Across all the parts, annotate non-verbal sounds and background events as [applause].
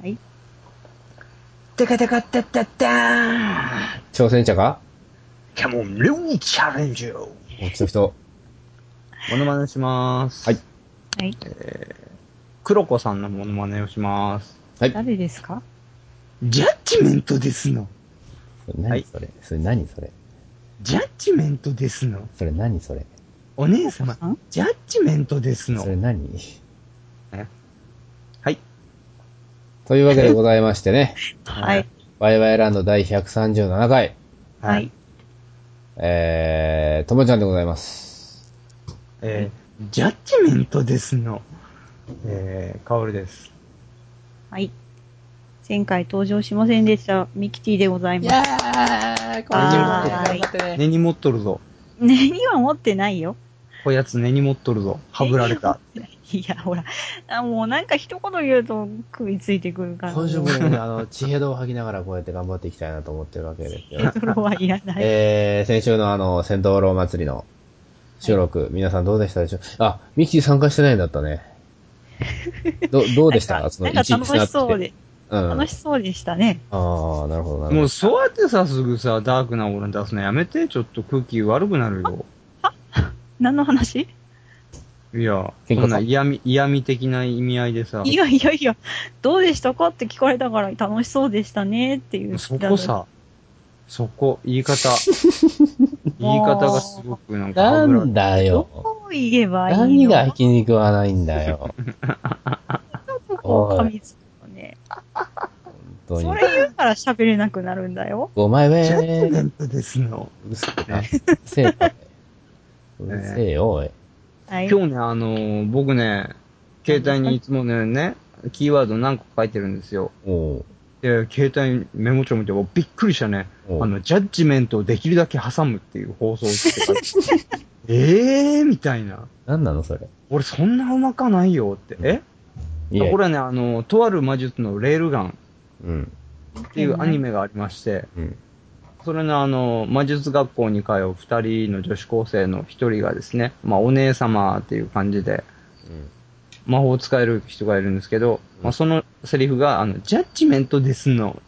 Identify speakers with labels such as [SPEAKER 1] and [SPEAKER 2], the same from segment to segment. [SPEAKER 1] はい。てかてかてってってーん
[SPEAKER 2] 挑戦者か
[SPEAKER 1] !Come on, new challenge!
[SPEAKER 2] お来た来た。は
[SPEAKER 3] モノマネします。
[SPEAKER 2] はい。
[SPEAKER 1] はい。
[SPEAKER 3] 黒子さんのモノマネをします。
[SPEAKER 2] い。
[SPEAKER 1] 誰ですか
[SPEAKER 3] ジャッジメントですの。
[SPEAKER 2] それ何、
[SPEAKER 3] はい
[SPEAKER 2] それそれ何それ
[SPEAKER 3] ジャッジメントですの。
[SPEAKER 2] それ何それ
[SPEAKER 3] お姉様
[SPEAKER 1] ん、
[SPEAKER 3] ジャッジメントですの
[SPEAKER 2] そ。れ何
[SPEAKER 3] はい。
[SPEAKER 2] というわけでございましてね、 [laughs]
[SPEAKER 1] はい。
[SPEAKER 2] ワイワイランド第137回、
[SPEAKER 3] は
[SPEAKER 1] はいい。
[SPEAKER 2] えー、ともちゃんでございます。
[SPEAKER 3] えージャッジメントですの。えー、カオルです。
[SPEAKER 1] はい。前回登場しませんでした、ミキティでござい
[SPEAKER 4] い
[SPEAKER 1] ます。
[SPEAKER 4] やー、これ
[SPEAKER 3] はー
[SPEAKER 4] 頑張ってね。
[SPEAKER 3] 根に持っとるぞ。
[SPEAKER 1] 根には持ってないよ。
[SPEAKER 3] こやつ根に持っとるぞ。はぶられた。
[SPEAKER 1] いや、ほら。あもうなんか一言言うと食いついてくるから。
[SPEAKER 2] 今週もね、あの、地平道を吐きながらこうやって頑張っていきたいなと思ってるわけです
[SPEAKER 3] [laughs]
[SPEAKER 2] よ。
[SPEAKER 1] ヘドロはいらない。
[SPEAKER 2] えー、先週のあの、戦闘楼祭りの収録、皆さんどうでしたでしょうあ、ミキティ参加してないんだったね。ど、どうでし
[SPEAKER 1] なん
[SPEAKER 2] た
[SPEAKER 1] か
[SPEAKER 2] その
[SPEAKER 1] なん
[SPEAKER 2] 一
[SPEAKER 1] か楽しそう
[SPEAKER 2] 日
[SPEAKER 1] で、
[SPEAKER 2] なってうん。
[SPEAKER 1] 楽しそうでしたね。
[SPEAKER 2] ああ、なるほど、な
[SPEAKER 3] も
[SPEAKER 2] るほ
[SPEAKER 3] う
[SPEAKER 2] ど。
[SPEAKER 3] そうやってさ、すぐさ、ダークなオーラ出すのやめて。ちょっと空気悪くなるよ。
[SPEAKER 1] 何の話
[SPEAKER 3] いや、
[SPEAKER 2] 喧嘩か
[SPEAKER 3] そんな嫌味、嫌味的な意味合いでさ。
[SPEAKER 1] いやいやいや、どうでしたかって聞かれたから楽しそうでしたねっていう。
[SPEAKER 3] そこさ、そこ、言い方。言い方がすごくなんか
[SPEAKER 2] な
[SPEAKER 3] はぶられ
[SPEAKER 2] んだ
[SPEAKER 1] ど
[SPEAKER 2] よ。
[SPEAKER 1] こ言えばいいの
[SPEAKER 2] 何がひき肉はないんだよ。本
[SPEAKER 1] どこを噛みつくのね。
[SPEAKER 2] 当に
[SPEAKER 1] そ。れ言うから喋れなくなるんだよ。
[SPEAKER 2] ごま
[SPEAKER 3] ジャッジメ
[SPEAKER 2] め
[SPEAKER 3] ントですの。
[SPEAKER 2] うるせえな。うるせえな。うるせえよ、おい。
[SPEAKER 1] はい。
[SPEAKER 3] 今日ね、あのー僕ね、携帯にいつもね、ね、キーワード何個書いてるんですよ。
[SPEAKER 2] おう
[SPEAKER 3] で、携帯にメモ帳見て、おびっくりしたね。
[SPEAKER 2] お
[SPEAKER 3] あ
[SPEAKER 2] う
[SPEAKER 3] の、ジャッジメントをできるだけ挟むっていう放送をしてた。えーみたいな。
[SPEAKER 2] 何なの、それ。
[SPEAKER 3] 俺そんなうまかないよって。え
[SPEAKER 2] いや
[SPEAKER 3] これはね、あの、とある魔術のレールガン
[SPEAKER 2] うん。
[SPEAKER 3] っていうアニメがありまして、
[SPEAKER 2] うん。
[SPEAKER 3] それのあの、魔術学校に通う二人の女子高生の一人がですね、まあお姉様っていう感じで、
[SPEAKER 2] うん。
[SPEAKER 3] 魔法を使える人がいるんですけど、
[SPEAKER 2] うん
[SPEAKER 3] まあそのセリフが、あの、ジャッジメントですの、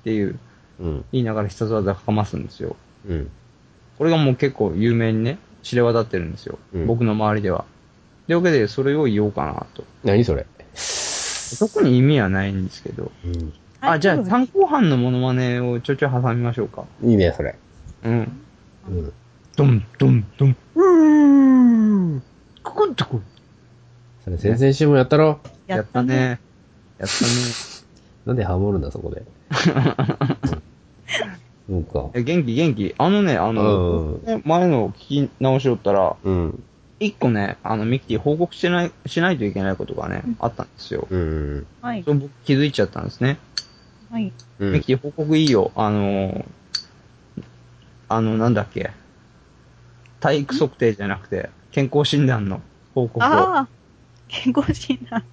[SPEAKER 3] っていう、
[SPEAKER 2] うん。
[SPEAKER 3] 言いながら必殺技かますんですよ。
[SPEAKER 2] うん。
[SPEAKER 3] これがもう結構有名にね、知れ渡ってるんですよ。
[SPEAKER 2] うん
[SPEAKER 3] 僕の周りでは。というわけで、それを言おうかなと。
[SPEAKER 2] 何それ。
[SPEAKER 3] 特に意味はないんですけど。
[SPEAKER 2] うん。
[SPEAKER 3] あ、じゃあ、
[SPEAKER 1] は
[SPEAKER 3] 参考班のモノマネをちょいちょい挟みましょうか。
[SPEAKER 2] いいね、それ。
[SPEAKER 3] うん。
[SPEAKER 2] うん。
[SPEAKER 3] ドン、ドン、ドン。うーここんとこ。
[SPEAKER 2] それ、先々週もやったろ。
[SPEAKER 1] や
[SPEAKER 3] や
[SPEAKER 1] っ
[SPEAKER 3] ったた
[SPEAKER 1] ね。
[SPEAKER 3] ね。やったね。
[SPEAKER 2] なんでハモるんだ、そこ [laughs] で。そうか。
[SPEAKER 3] え元気、元気。あのね、あの、
[SPEAKER 2] う
[SPEAKER 3] 前のを聞き直しよったら、
[SPEAKER 2] うん。
[SPEAKER 3] 一個ね、あの、ミキティ報告しない、しないといけないことがね、あったんですよ。
[SPEAKER 2] うん。
[SPEAKER 1] はい
[SPEAKER 3] そ。れ僕気づいちゃったんですね。
[SPEAKER 1] はい。
[SPEAKER 2] う
[SPEAKER 3] ミ
[SPEAKER 2] ん
[SPEAKER 3] キ。ティ報告いいよ。あのー、あの、なんだっけ。体育測定じゃなくて、健康診断の報告を。
[SPEAKER 1] ああ、健康診断。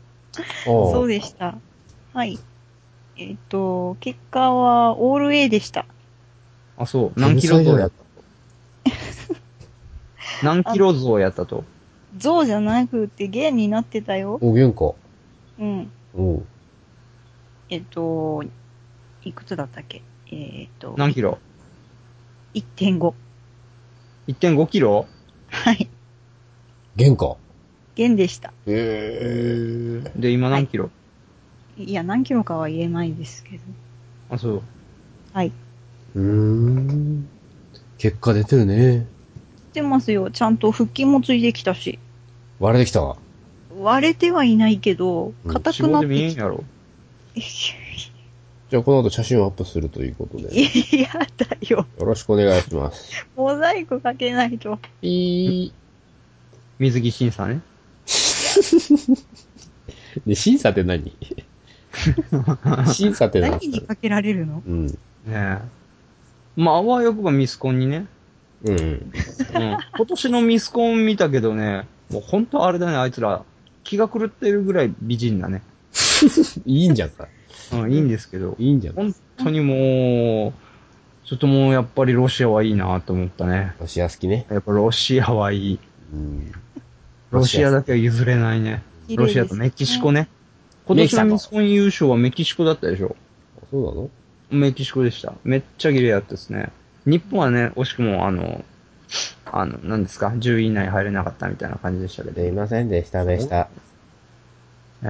[SPEAKER 2] お
[SPEAKER 1] そう
[SPEAKER 2] う
[SPEAKER 1] でした。はい。えっ、と、結果はオール A でした。
[SPEAKER 3] あ、そう。何キロ増やったと。何キロ増やったと。
[SPEAKER 1] ゾウじゃなくてゲンになってたよ。
[SPEAKER 2] お、元か。
[SPEAKER 1] うん。
[SPEAKER 2] おう。
[SPEAKER 1] えっ、と、いくつだったっけえっ、と、
[SPEAKER 3] 何キロ
[SPEAKER 1] 1.5。
[SPEAKER 3] ?1.5 キロ
[SPEAKER 1] はい。
[SPEAKER 2] 元か。
[SPEAKER 1] ゲンでした。
[SPEAKER 2] へえ。
[SPEAKER 3] で、今何キロ
[SPEAKER 1] いや、何キロかは言えないですけど。
[SPEAKER 3] あ、そう。
[SPEAKER 1] はい。
[SPEAKER 2] うーん。結果出てるね。
[SPEAKER 1] 出てますよ。ちゃんと腹筋もついてきたし。
[SPEAKER 2] 割れてきたわ。
[SPEAKER 1] 割れてはいないけど
[SPEAKER 2] う、ん
[SPEAKER 1] 硬く
[SPEAKER 3] 脂肪
[SPEAKER 1] なっ
[SPEAKER 3] で見え
[SPEAKER 1] て
[SPEAKER 3] ん
[SPEAKER 1] きた。
[SPEAKER 3] やろ。
[SPEAKER 2] じゃあ、この後写真をアップするということで、よ
[SPEAKER 1] いやだよ。
[SPEAKER 2] ろしくお願いします。
[SPEAKER 1] モザイクかけないと。
[SPEAKER 2] ピ
[SPEAKER 3] 水着審査ね。
[SPEAKER 2] ー。で、審査って何審査って何
[SPEAKER 1] 何にかけられるの
[SPEAKER 2] うん。
[SPEAKER 3] ねえ。まあ、あわよくばミスコンにね。
[SPEAKER 2] うん。
[SPEAKER 1] [laughs]
[SPEAKER 3] うん。今年のミスコン見たけどね、もう本当あれだね、あいつら。気が狂ってるぐらい美人だね。
[SPEAKER 2] いいんじゃんか。
[SPEAKER 3] うん、いいんですけど。
[SPEAKER 2] いいんじゃん。
[SPEAKER 3] 本当にもう、ちょっともうやっぱりロシアはいいなと思ったね。
[SPEAKER 2] ロシア好きね。
[SPEAKER 3] やっぱロシアはいい。
[SPEAKER 2] うん。
[SPEAKER 3] ロシアだけは譲れないね。ロシアとメキシコ
[SPEAKER 1] ね。
[SPEAKER 3] ね。今
[SPEAKER 2] メキ
[SPEAKER 3] 年
[SPEAKER 2] さ
[SPEAKER 3] の
[SPEAKER 2] んの
[SPEAKER 3] ミスコン優勝はメキシコだったでしょ
[SPEAKER 2] そうなの
[SPEAKER 3] メキシコでした。めっちゃ綺麗だったですね。日本はね、惜しくも、あの、あの、何ですか、10位以内入れなかったみたいな感じでしたけど、
[SPEAKER 2] すいませんでしたでした。あ
[SPEAKER 3] え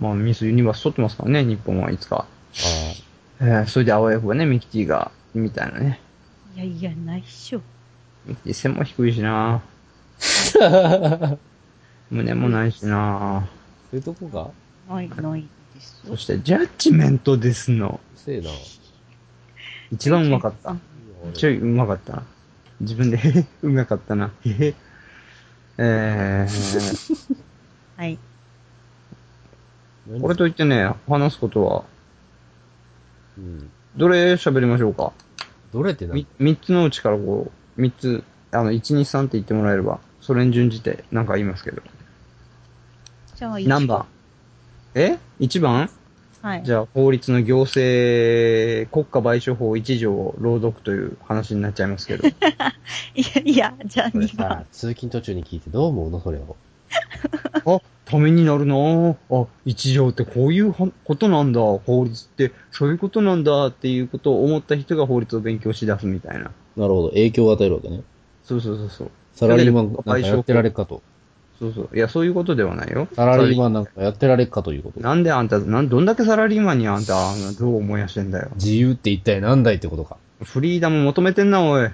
[SPEAKER 3] ー、まあ、ミスユニバース取ってますからね、日本はいつか。
[SPEAKER 2] ー
[SPEAKER 3] えー、それであわよくばね、ミキティが、みたいなね。
[SPEAKER 1] いやいや、ないっしょ。
[SPEAKER 3] ミキティ背も低いし
[SPEAKER 2] [laughs]
[SPEAKER 3] な胸もないしな
[SPEAKER 2] そういうとこが
[SPEAKER 1] ない、ないです
[SPEAKER 3] そ
[SPEAKER 1] よ。
[SPEAKER 3] して、ジャッジメントですの。
[SPEAKER 2] うるせえな。
[SPEAKER 3] 一番うまかった。ちょいうまかったな。自分で、 [laughs] へへ、うまかったな。 [laughs] へへ。えー、
[SPEAKER 1] はい。
[SPEAKER 2] 何
[SPEAKER 3] これといってね、話すことは、
[SPEAKER 2] うん。
[SPEAKER 3] どれ喋りましょうか。
[SPEAKER 2] どれってな
[SPEAKER 3] み三つのうちからこう、三つ、あの、一、二、三って言ってもらえれば、それに準じてなんか言いますけど。
[SPEAKER 1] じゃあ、
[SPEAKER 3] 何番え一番
[SPEAKER 1] はい。
[SPEAKER 3] じゃあ、法律の行政、国家賠償法一条を朗読という話になっちゃいますけど。
[SPEAKER 1] いやいや、じゃあ
[SPEAKER 2] これ
[SPEAKER 1] 2
[SPEAKER 2] [laughs]
[SPEAKER 1] 番。
[SPEAKER 2] さ、通勤途中に聞いてどう思うのそれを。
[SPEAKER 3] あ、ためになるなぁ。あ、一条ってこういうはことなんだ。法律ってそういうことなんだっていうことを思った人が法律を勉強しだすみたいな。
[SPEAKER 2] なるほど。影響を与えるわけね。
[SPEAKER 3] そうそうそうそう。
[SPEAKER 2] サラリーマン
[SPEAKER 3] だ
[SPEAKER 2] なん
[SPEAKER 3] けど
[SPEAKER 2] かやってられっかと。
[SPEAKER 3] そうそう。いや、そういうことではないよ。
[SPEAKER 2] サラリーマンなんかやってられっかということ。
[SPEAKER 3] なんであんた、なん、どんだけサラリーマンにあんた、あのどう燃やしてんだよ。
[SPEAKER 2] 自由って一体何だいってことか。
[SPEAKER 3] フリーダム求めてんな、おい。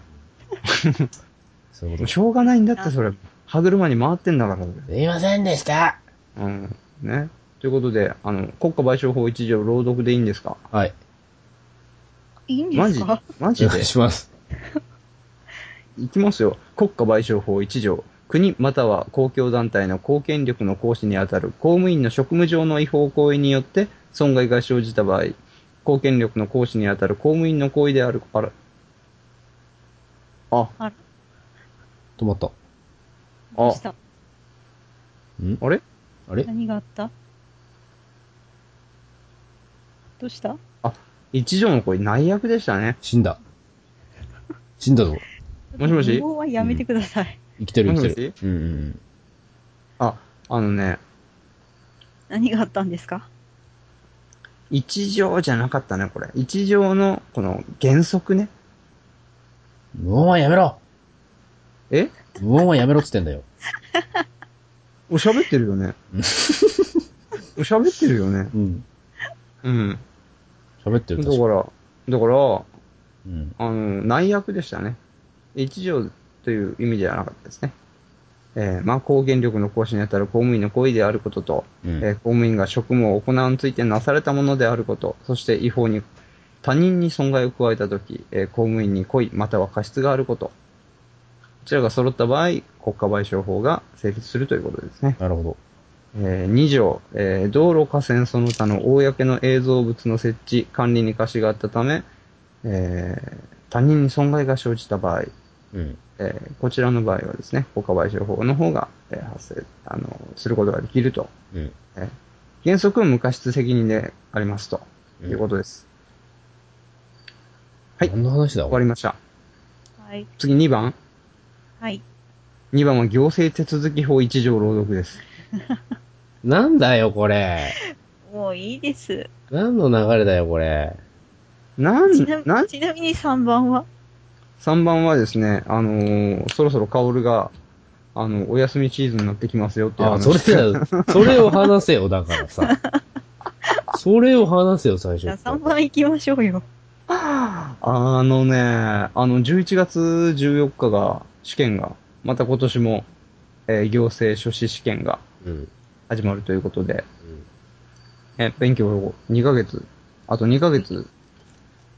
[SPEAKER 2] そういうこ
[SPEAKER 3] もう
[SPEAKER 2] と。
[SPEAKER 3] しょうがないんだって、それ。歯車に回ってんだから、それ
[SPEAKER 2] すいませんでした。
[SPEAKER 3] うん。ね。ということで、あの、国家賠償法一条朗読でいいんですか
[SPEAKER 2] はい。
[SPEAKER 1] いいん
[SPEAKER 3] マ
[SPEAKER 1] です
[SPEAKER 3] ジ
[SPEAKER 1] か
[SPEAKER 3] マ
[SPEAKER 2] お
[SPEAKER 3] ジ
[SPEAKER 2] 願
[SPEAKER 3] で
[SPEAKER 2] いします。
[SPEAKER 3] いきますよ。国家賠償法1条。国または公共団体の公権力の行使にあたる公務員の職務上の違法行為によって損害が生じた場合、公権力の行使にあたる公務員の行為である、あら、あ、
[SPEAKER 1] あら、
[SPEAKER 2] 止まった。
[SPEAKER 1] どうした
[SPEAKER 2] ん
[SPEAKER 3] あれ
[SPEAKER 2] あれ
[SPEAKER 1] 何があったどうした
[SPEAKER 3] 一条の声内役でしたね。
[SPEAKER 2] 死んだ。死んだぞ。
[SPEAKER 3] もしもし
[SPEAKER 1] もうはやめてください。
[SPEAKER 2] 生きてる生きて
[SPEAKER 3] も
[SPEAKER 2] る。うんうん
[SPEAKER 3] あ、あのね、
[SPEAKER 1] 何があったんですか
[SPEAKER 3] 一条じゃなかったね、これ。一条の、この原則ね。
[SPEAKER 2] うん。無音はやめろ
[SPEAKER 3] え
[SPEAKER 2] 無音はやめろっつってんだよ。
[SPEAKER 3] お喋ってるよね。お喋ってるよね。
[SPEAKER 2] うん。
[SPEAKER 3] うん。
[SPEAKER 2] 喋ってる
[SPEAKER 3] だ
[SPEAKER 2] 確
[SPEAKER 3] から、
[SPEAKER 2] か
[SPEAKER 3] だから、
[SPEAKER 2] うん。
[SPEAKER 3] あの、内役でしたね。一条という意味ではなかったですね。えーまあ、公権力の行使にあたる公務員の行為であることと、
[SPEAKER 2] うん
[SPEAKER 3] えー公務員が職務を行うについてなされたものであること、そして違法に、他人に損害を加えたとき、えー公務員に故意または過失があること、こちらが揃った場合、国家賠償法が成立するということですね。
[SPEAKER 2] なるほど。
[SPEAKER 3] えー2条、えー道路河川その他の公の映像物の設置、管理に瑕疵があったため、えー他人に損害が生じた場合、
[SPEAKER 2] うん。
[SPEAKER 3] えーこちらの場合はですね、国家賠償法の方が、えー発生、あの、することができると。
[SPEAKER 2] うん。
[SPEAKER 3] えー原則無過失責任でありますと、
[SPEAKER 2] うん
[SPEAKER 3] いうことです。はい
[SPEAKER 2] 何の話だ
[SPEAKER 3] 終わりました。
[SPEAKER 1] はい。
[SPEAKER 3] 次2番。
[SPEAKER 1] はい。
[SPEAKER 3] 2番は行政手続き法1条朗読です。
[SPEAKER 2] なんだよ、これ。
[SPEAKER 1] もういいです。
[SPEAKER 2] 何の流れだよ、これ。
[SPEAKER 3] なん
[SPEAKER 1] ちな、
[SPEAKER 3] なん
[SPEAKER 1] ちなみに3番は
[SPEAKER 3] 3番はですね、あのーそろそろカオルが、あの、お休みシーズンになってきますよって
[SPEAKER 2] あ、
[SPEAKER 3] 話
[SPEAKER 2] それだよ。 [laughs] それを話せよ、だからさ。 [laughs] それを話せよ、最初
[SPEAKER 1] じゃあ。3番行きましょうよ。
[SPEAKER 3] あのね、あの、11月14日が、試験が、また今年も、えー行政書士試験が
[SPEAKER 2] うん。うん
[SPEAKER 3] 始まるということで、えー勉強を2ヶ月、あと2ヶ月、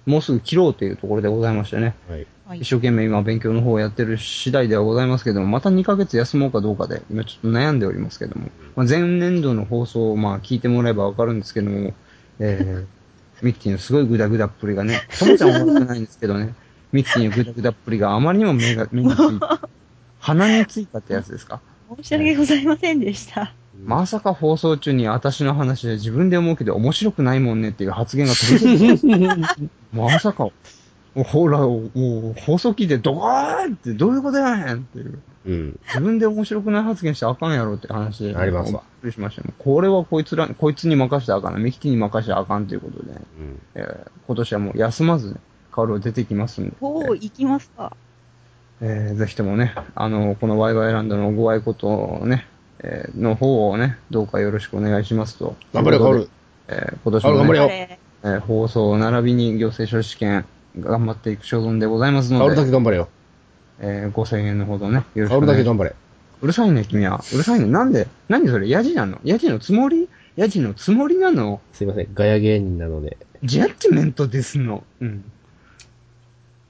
[SPEAKER 3] もうすぐ切ろうというところでございましてね。
[SPEAKER 2] はい。
[SPEAKER 1] はい
[SPEAKER 3] 一。生懸命今勉強の方をやってる次第ではございますけども、また2ヶ月休もうかどうかで、今ちょっと悩んでおりますけども、まあ、前年度の放送をまあ聞いてもらえばわかるんですけども、えー、 [laughs] ミキティのすごいグダグダっぷりがね、ともちゃんは悪くないんですけどね、ミキティのグダグダっぷりがあまりにも目が、目についた。鼻についたってやつですか
[SPEAKER 1] 申し訳ございませんでした。
[SPEAKER 3] まさか放送中に私の話で自分で思うけど面白くないもんねっていう発言が飛び出てきたまさか、ほら、もう、放送聞いてドカーンってどういうことやねんっていう。
[SPEAKER 2] うん。
[SPEAKER 3] 自分で面白くない発言したらあかんやろって話で。
[SPEAKER 2] ありますわ
[SPEAKER 3] びっくりしましたよ。これはこいつら、こいつに任したらあかんな。ミキティに任したらあかんということで、
[SPEAKER 2] うん。
[SPEAKER 3] えー今年はもう休まずね、カオルを出てきますんで。
[SPEAKER 1] おー、行きますか。
[SPEAKER 3] えーぜひともね、あの、このワイワイランドのご愛ことをね、えーの方をね、どうかよろしくお願いしますと。
[SPEAKER 2] 頑張れよ、
[SPEAKER 3] と
[SPEAKER 2] カ
[SPEAKER 3] いうこ
[SPEAKER 2] オル。
[SPEAKER 3] とで。えー今年も、ね、
[SPEAKER 2] カオル頑張れよ
[SPEAKER 1] これ
[SPEAKER 3] えー放送並びに行政書士試験、頑張っていく所存でございます
[SPEAKER 2] カオ
[SPEAKER 3] の
[SPEAKER 2] ルだけ
[SPEAKER 3] で、
[SPEAKER 2] 頑張れよ。
[SPEAKER 3] えー5000円のほどね、よろしく
[SPEAKER 2] カ
[SPEAKER 3] お
[SPEAKER 2] オルだ
[SPEAKER 3] 願いし
[SPEAKER 2] け
[SPEAKER 3] ます。
[SPEAKER 2] 頑張れ。
[SPEAKER 3] うるさいね、君は。うるさいね。なんで何それヤジなのヤジのつもりヤジのつもりなの
[SPEAKER 2] すいません、ガヤ芸人なので。
[SPEAKER 3] ジャッジメントですの。うん。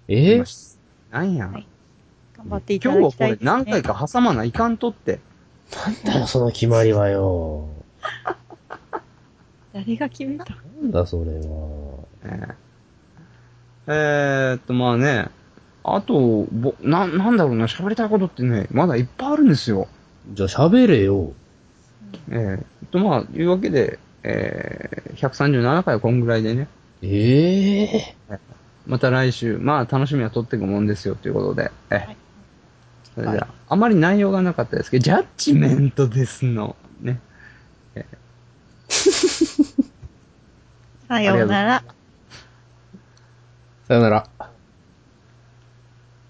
[SPEAKER 2] えー
[SPEAKER 3] なんや。
[SPEAKER 1] はい頑張っていた
[SPEAKER 3] 今
[SPEAKER 1] だ
[SPEAKER 3] 日は
[SPEAKER 1] き
[SPEAKER 3] こ
[SPEAKER 1] たい
[SPEAKER 3] れ
[SPEAKER 1] ですね。
[SPEAKER 3] 何回か挟まないかんとって。
[SPEAKER 2] なんだよ、その決まりはよ。
[SPEAKER 1] 誰が決めた
[SPEAKER 2] なんだ、それは。
[SPEAKER 3] えーえーっと、まあね、あと、ぼ、な、なんだろうな、喋りたいことってね、まだいっぱいあるんですよ。
[SPEAKER 2] じゃあ喋れよ。
[SPEAKER 3] えーっと、まあ、いうわけで、えー、137回はこんぐらいでね、
[SPEAKER 2] ええ
[SPEAKER 3] また来週、まあ、楽しみは取っていくもんですよ、ということで、えー
[SPEAKER 1] はい
[SPEAKER 3] それじゃあ、あまり内容がなかったですけど、ジャッジメントですの、ね。
[SPEAKER 1] さようなら。
[SPEAKER 2] さよなら。